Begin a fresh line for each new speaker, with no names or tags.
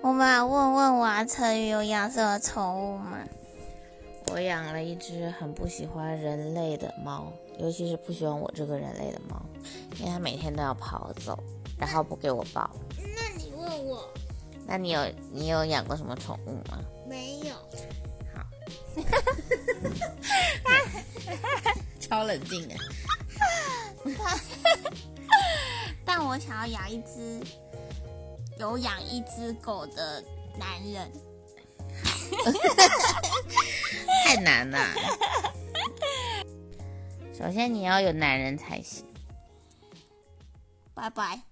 我们来问问瓦成宇有养什么宠物吗？
我养了一只很不喜欢人类的猫，尤其是不喜欢我这个人类的猫，因为它每天都要跑走，然后不给我抱。
那你问我
那你有你有养过什么宠物吗？
没有？
超冷静啊！
但我想要养一只有养一只狗的男人，
太难 了。首先你要有男人才行。
拜拜。